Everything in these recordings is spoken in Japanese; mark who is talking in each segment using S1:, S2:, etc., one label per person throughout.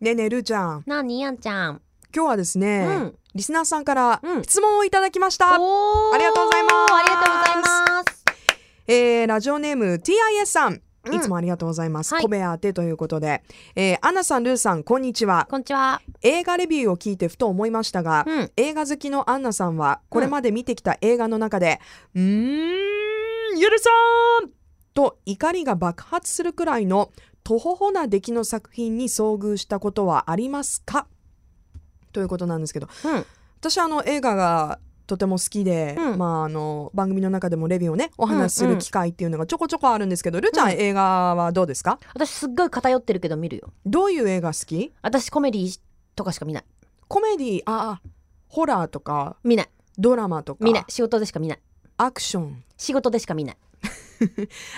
S1: ねえねえるーちゃん
S2: なにやんちゃん。
S1: 今日はですね、
S2: うん
S1: リスナーさんから
S2: うん
S1: 質問をいただきました、
S2: おー
S1: ありがとうございます
S2: ありがとうございます。
S1: えーラジオネーム TIS さん
S2: うん
S1: いつもありがとうございます、
S2: はい
S1: 小部屋宛てということで、えーアンナさんルーさんこんにちは
S2: こんにちは。
S1: 映画レビューを聞いてふと思いましたが、
S2: うん。
S1: 映画好きのアンナさんはこれまで見てきた映画の中で「うーん許さん!」と怒りが爆発するくらいのとほほな出来の作品に遭遇したことはありますかということなんですけど
S2: うん。
S1: 私あの映画がとても好きで、
S2: うん
S1: まあ、あの番組の中でもレビューをねお話しす
S2: うん
S1: る
S2: うん
S1: 機会っていうのがちょこちょこあるんですけど、ルーちゃん、
S2: うん
S1: 映画はどうですか
S2: 私すっごい偏ってるけど見るよ。
S1: どういう映画好き
S2: 私コメディとかしか見ない。
S1: コメディああホラーとか
S2: 見ない。
S1: ドラマとか
S2: 見ない。仕事でしか見ない。
S1: アクション
S2: 仕事でしか見ない。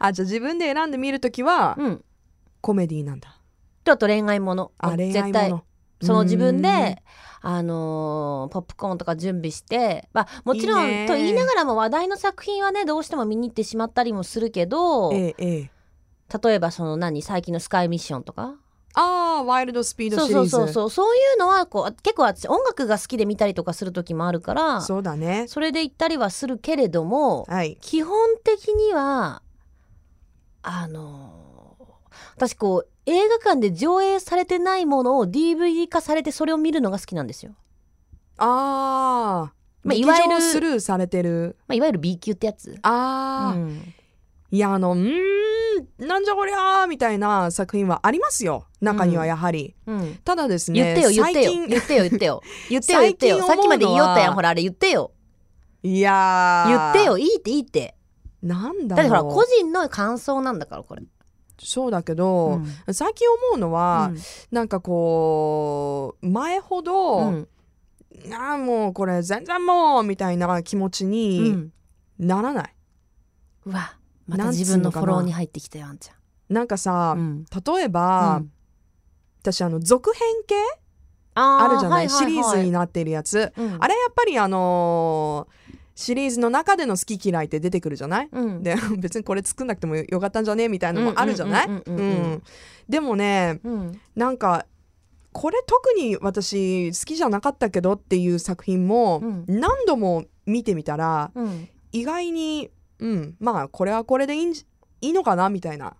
S1: あじゃあ自分で選んでみるときは、
S2: うん。
S1: コメディなんだ。
S2: とあと恋愛もの。
S1: あ恋愛
S2: 絶
S1: も
S2: 対
S1: の。
S2: その自分
S1: うーん
S2: で、あのーポップコーンとか準備して、まあ、もちろん
S1: いいね
S2: と言いながらも話題の作品はねどうしても見に行ってしまったりもするけど、
S1: ええええ。
S2: 例えばその何最近の「スカイミッション」とか
S1: ああワイルドスピード
S2: そう
S1: シリ
S2: そ
S1: ー
S2: う
S1: ズ。
S2: そうそうそういうのはこう結構私音楽が好きで見たりとかする時もあるからそ
S1: そうだね。
S2: れで行ったりはするけれども
S1: はい。
S2: 基本的にはあの私こう映画館で上映されてないものを DVD 化されてそれを見るのが好きなんですよ。
S1: ああ。
S2: まあ
S1: 劇
S2: いわゆる
S1: 場スルーされてる。
S2: まあ、いわゆる B 級ってやつ。
S1: ああ、
S2: うん
S1: いやあのうーんなんじゃこりゃーみたいな作品はありますよ。中にはやはり。
S2: うん
S1: ただですね。
S2: 言ってよ言ってよ
S1: 最近
S2: 言ってよ言ってよ言ってよ言ってよ
S1: 最近思うのは
S2: さっきまで言いよったやんほらあれ言ってよ
S1: いや
S2: 言
S1: ー
S2: って。よいいっていいって
S1: なんだ
S2: だってほら
S1: ろ
S2: 個
S1: う。
S2: 人の感想なんだからこれ、
S1: そうだけど、最近思うのは、なんかこう前ほど。
S2: うん
S1: ああもうこれ全然もうみたいな気持ち
S2: う
S1: に
S2: ん
S1: ならない、
S2: うわまた
S1: なんつうのかな
S2: 自分のフォローに入ってきたよあんち
S1: なんか
S2: ゃ
S1: さ
S2: ん、、うん
S1: 例えば、
S2: うん
S1: 私あの続編系
S2: あ
S1: あ
S2: ー
S1: るじゃない,、
S2: ははは
S1: シリーズになってるやつ
S2: うん
S1: あれやっぱりあのーシリーズの中での好き嫌いって出てくるじゃない
S2: うん
S1: で別にこれ作んなくてもよかったんじゃねみたいなのもあるじゃない
S2: うんう
S1: う
S2: んう
S1: ん
S2: うんうん
S1: んでもね
S2: うん
S1: なんかこれ特に私好きじゃなかったけどっていう作品も
S2: うん
S1: 何度も見てみたら、
S2: うん
S1: 意外にうんまあこれはこれでいいんじいいのかなみたいな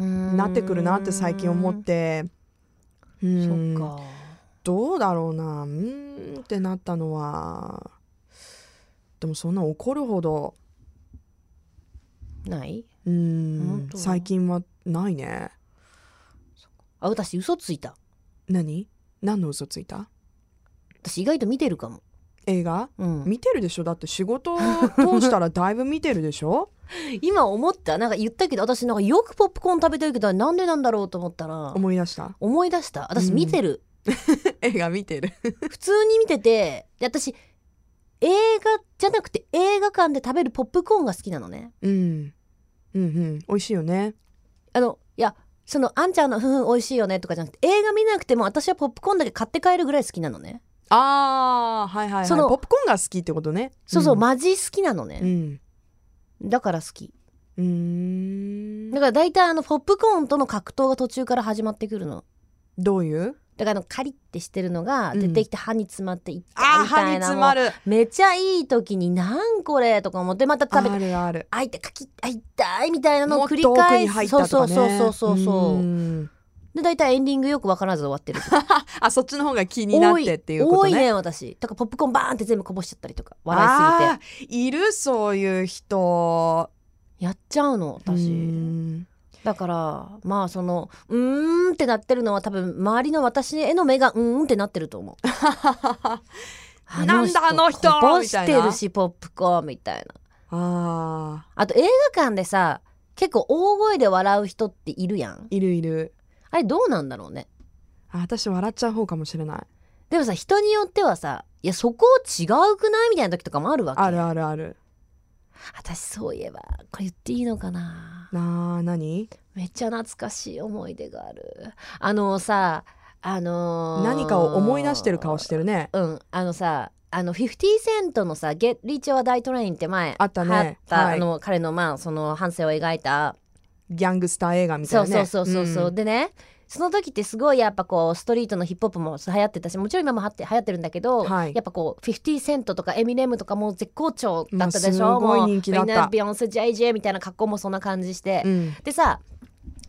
S2: うん
S1: なってくるなって最近思ってう
S2: そ
S1: ん
S2: っか
S1: どうだろうなうーんってなったのはでもそんな怒るほど
S2: ない
S1: うん
S2: 本当
S1: 最近はないね
S2: あ私嘘ついた
S1: 何何の嘘ついた
S2: 私意外と見てるかも
S1: 映画
S2: うん
S1: 見てるでしょだって仕事を通したらだいぶ見てるでし ょ
S2: 今思ったなんか言ったけど私なんかよくポップコーン食べてるけどなんでなんだろうと思ったら
S1: 思い出した
S2: 思い出した私見てる、
S1: 映画見てる
S2: 普通に見ててで私映画じゃなくて映画館で食べるポップコーンが好きなのね
S1: うんうんうん美味しいよね
S2: あのいやそのあんちゃんのふんふん美味しいよねとかじゃなくて映画見なくても私はポップコーンだけ買って帰るぐらい好きなのね
S1: ああはいはい、はい、
S2: その
S1: ポップコーンが好きってことね
S2: そうそう、
S1: ん
S2: マジ好きなの
S1: う
S2: ね、
S1: ん
S2: だから好き
S1: うーん
S2: だから大体あのポップコーンとの格闘が途中から始まってくるの
S1: どういう
S2: だからあのカリってしてるのが
S1: うん
S2: 出てきて歯に詰まっていっ
S1: あ
S2: た
S1: ー
S2: み
S1: 歯
S2: た
S1: に
S2: いな、
S1: 詰ま
S2: も
S1: る
S2: うめちゃいい時になんこれとか思ってまた食べて
S1: あるある
S2: あいたかきあいたいみたいなの
S1: も
S2: を
S1: っ
S2: 繰り
S1: と奥
S2: 返
S1: に
S2: す
S1: 入ったとかね
S2: そうそうそうそうそうう
S1: ーん
S2: で大体エンディングよく分からず終わってる
S1: あそっちの方が気になってっていうこ
S2: 多
S1: と
S2: い
S1: ね
S2: 多いね私だからポップコーンバーンって全部こぼしちゃったりとか笑いすぎて
S1: すぎているそういう人
S2: やっちゃう
S1: う
S2: の私
S1: ーん
S2: だからまあそのうーんってなってるのは多分周りの私への目がうーんってなってると思う
S1: なんだあの人
S2: こぼしてる
S1: みた
S2: しポップコーンみたいな
S1: あ
S2: あと映画館でさ結構大声で笑う人っているやん
S1: ーいるいる
S2: あれどうなんだろうね
S1: あ私笑っちゃう方かもしれない
S2: でもさ人によってはさいやそこ違うくないみたいな時とかもあるわけ
S1: あるあるある
S2: 私そういえばこれ言っていいのかな
S1: なあ何
S2: めっちゃ懐かしい思い出があるあのさあのー
S1: 何かを思い出してる顔してるね
S2: うんあのさあの50セントのさ「ゲリーチョア・ダイ・トレイン」って前
S1: あったね
S2: 流行った
S1: はい
S2: あの彼のまあその反省を描いた
S1: ギャングスター映画みた
S2: そ
S1: いうなね
S2: そうそうそうそう、
S1: ん
S2: でねその時ってすごいやっぱこうストリートのヒップホップも流行ってたしもちろん今もはって流行ってるんだけど、
S1: はい
S2: やっぱこう50セントとかエミネムとかもう絶好調だったでし
S1: も
S2: ょ
S1: うすごい
S2: もう
S1: 人気だった
S2: みんなビヨンセ JJ みたいな格好もそんな感じして、
S1: うん、
S2: でさ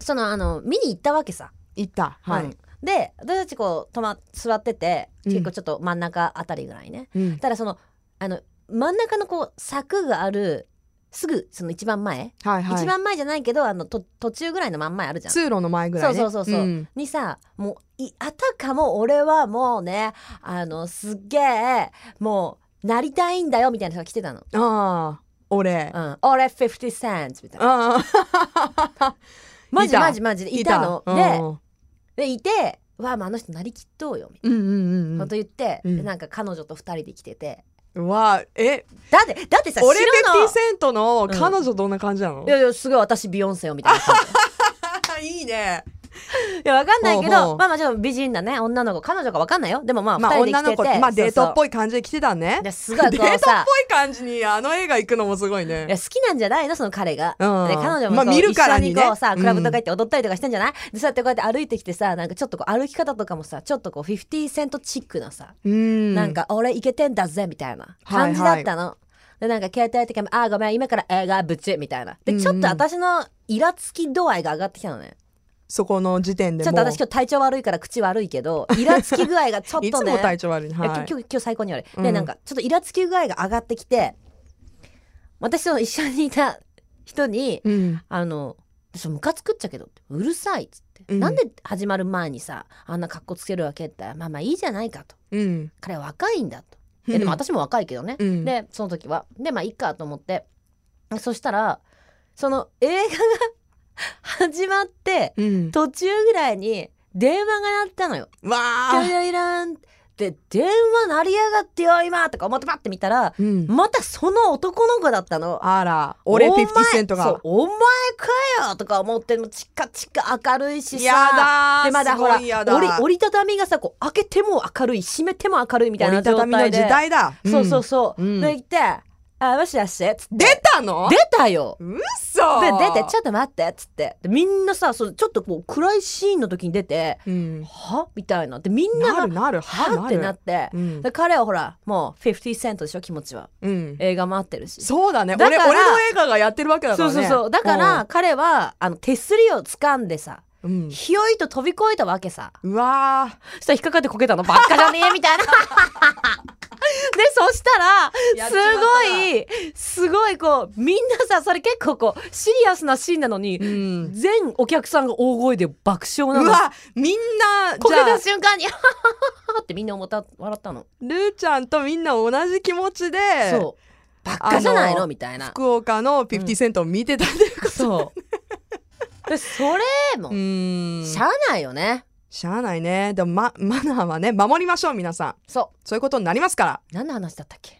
S2: そのあの見に行ったわけさ。
S1: 行ったはい、
S2: うんで私たちこう止ま座ってて
S1: うん
S2: 結構ちょっと真ん中あたりぐらいね、
S1: うん
S2: ただそのあの真ん中のこう柵があるすぐその一番前、
S1: はいはい
S2: 一番前じゃないけどあのと途中ぐらいの真ん前あるじゃん。
S1: 通路の前ぐらい、ね、
S2: そうそうそうそうんにさもういあたかも俺はもうねあのすっげえもうなりたいんだよみたいな人が来てたの。
S1: ああ俺
S2: う
S1: あ
S2: ん、俺50センツみたいな。
S1: あ
S2: マジ
S1: いた
S2: マジマジでいたの。
S1: うん
S2: ででいて「わあもうあの人なりきっとうよ」みたい
S1: うんうんうんう
S2: なこ
S1: ん
S2: と言って、
S1: うん
S2: でなんか彼女と二人で来てて。
S1: うわえ
S2: だってだってさ
S1: 俺
S2: 白
S1: 50
S2: の
S1: セントの
S2: ん
S1: 彼女どんな感じなの、
S2: いやいやすごい私ビヨンセよみた いな感じ。
S1: いいね
S2: いや、わかんないけ
S1: ほうほ
S2: ど、
S1: う
S2: まあまあ、ちょっと美人なね、女の子、彼女かわかんないよ。でもまあ、
S1: まあ
S2: 二人で
S1: 女
S2: 来て
S1: の
S2: て。
S1: 子まあデートっ
S2: い。
S1: ぽい感じで来てたね
S2: ですごい
S1: デー
S2: こ
S1: トっ
S2: う
S1: ぽ
S2: さ、
S1: い感じにあの映画行くのもすごい
S2: い
S1: ね
S2: や好きなんじゃないのその彼が。で
S1: う
S2: 彼
S1: ん
S2: 女も
S1: ま
S2: こ
S1: あ
S2: う
S1: 見るからにね
S2: 一緒にこうさ、
S1: うん
S2: クラブとか行って踊ったりとかしてんじゃないで、そうやってこうやって歩いてきてさ、なんかちょっとこう歩き方とかもさ、ちょっとこう50セントチックなさ、
S1: うん
S2: なんか俺イケてんだぜみたいな感じだったの。で、なんか携帯とかも、あーごめん、今から映画ぶちみたいな。
S1: うんう
S2: で、
S1: ん
S2: ちょっと私のイラつき度合いが上がってきたのね。
S1: そこの時点で
S2: ちょ
S1: も
S2: っと私今日体調悪いから口悪い けど、イラつき具合がちょっとね。
S1: いつも体調悪いね、
S2: いや
S1: は
S2: 今
S1: い
S2: 日、今日今日最高に悪い、
S1: うん
S2: でなんかちょっとイラつき具合が上がってきて私と一緒にいた人に
S1: うん
S2: 「あの私ムカつくっちゃけど」って「うるさい」っつって、
S1: うん
S2: なんで始まる前にさあんな格好つけるわけ?」って言ったら「まあまあいいじゃないか」と
S1: うん
S2: 「彼は若いんだ」と「いやでも私も若いけどね」
S1: うん
S2: でその時はでまあいいかと思ってそしたらその映画が始まって
S1: うん
S2: 途中ぐらいに電話が鳴ったのよ。
S1: わ
S2: キャ
S1: あ
S2: リアイランって電話鳴りやがってよ今とか思ってパッて見たら
S1: うん
S2: またその男の子だったの。
S1: あら俺
S2: お前
S1: 50セント
S2: そ
S1: が
S2: うお前かよとか思ってもチカチカ明るいしさ
S1: やだー
S2: でまだほら
S1: すごいやだ
S2: 折り折りたたみがさこう開けても明るい閉めても明るいみたい
S1: 折
S2: な
S1: りた
S2: 状
S1: た
S2: 態
S1: み
S2: で
S1: の時代だ、
S2: そうそ
S1: そ
S2: うそう、
S1: うん
S2: で行って「あもしもし」っつっ
S1: うん
S2: て
S1: 出たの
S2: 出たよ
S1: うそ
S2: で出て「ち
S1: ょ
S2: ょっと待って」っつってでみんなさそうちょっとこう暗いシーンの時に出て「
S1: うん
S2: はみたいなでみんな
S1: な
S2: が
S1: るなる
S2: はってなって、
S1: うん
S2: で彼はほらもう50セントでしょ気持ちは
S1: うん
S2: 映画も合ってるしそ
S1: そうだね
S2: だから
S1: 俺俺の映画がやってるわけだから
S2: う
S1: ね
S2: そうそうだから彼はあの手すりを掴んでさ
S1: うん、うん
S2: ひよいと飛び越えたわけさ
S1: うわ
S2: そしたら引っかかってこけたのばっかじゃねえみたい なでそした
S1: や
S2: ら
S1: っ
S2: す
S1: ちまった
S2: ごいすごいこうみんなさそれ結構こうシリアスなシーンなのに、
S1: ーうん
S2: 全お客さんが大声で爆笑な
S1: う
S2: の
S1: わみんな
S2: こ
S1: じ
S2: け
S1: ゃ
S2: た
S1: あ
S2: 瞬間に「はははは」ってみんな思った笑ったの、
S1: ルーちゃんとみんな同じ気持ちで
S2: そうばっかじゃない
S1: あ
S2: の
S1: の
S2: みたいな
S1: 福岡の50セントを見てたっていうこと
S2: そう。 でそれも、
S1: うん
S2: しゃあないよね。
S1: しゃあないねでも、ま、マナーはね守りましょう皆さん
S2: そ
S1: そういうことになりますから
S2: う。何の話だったっけ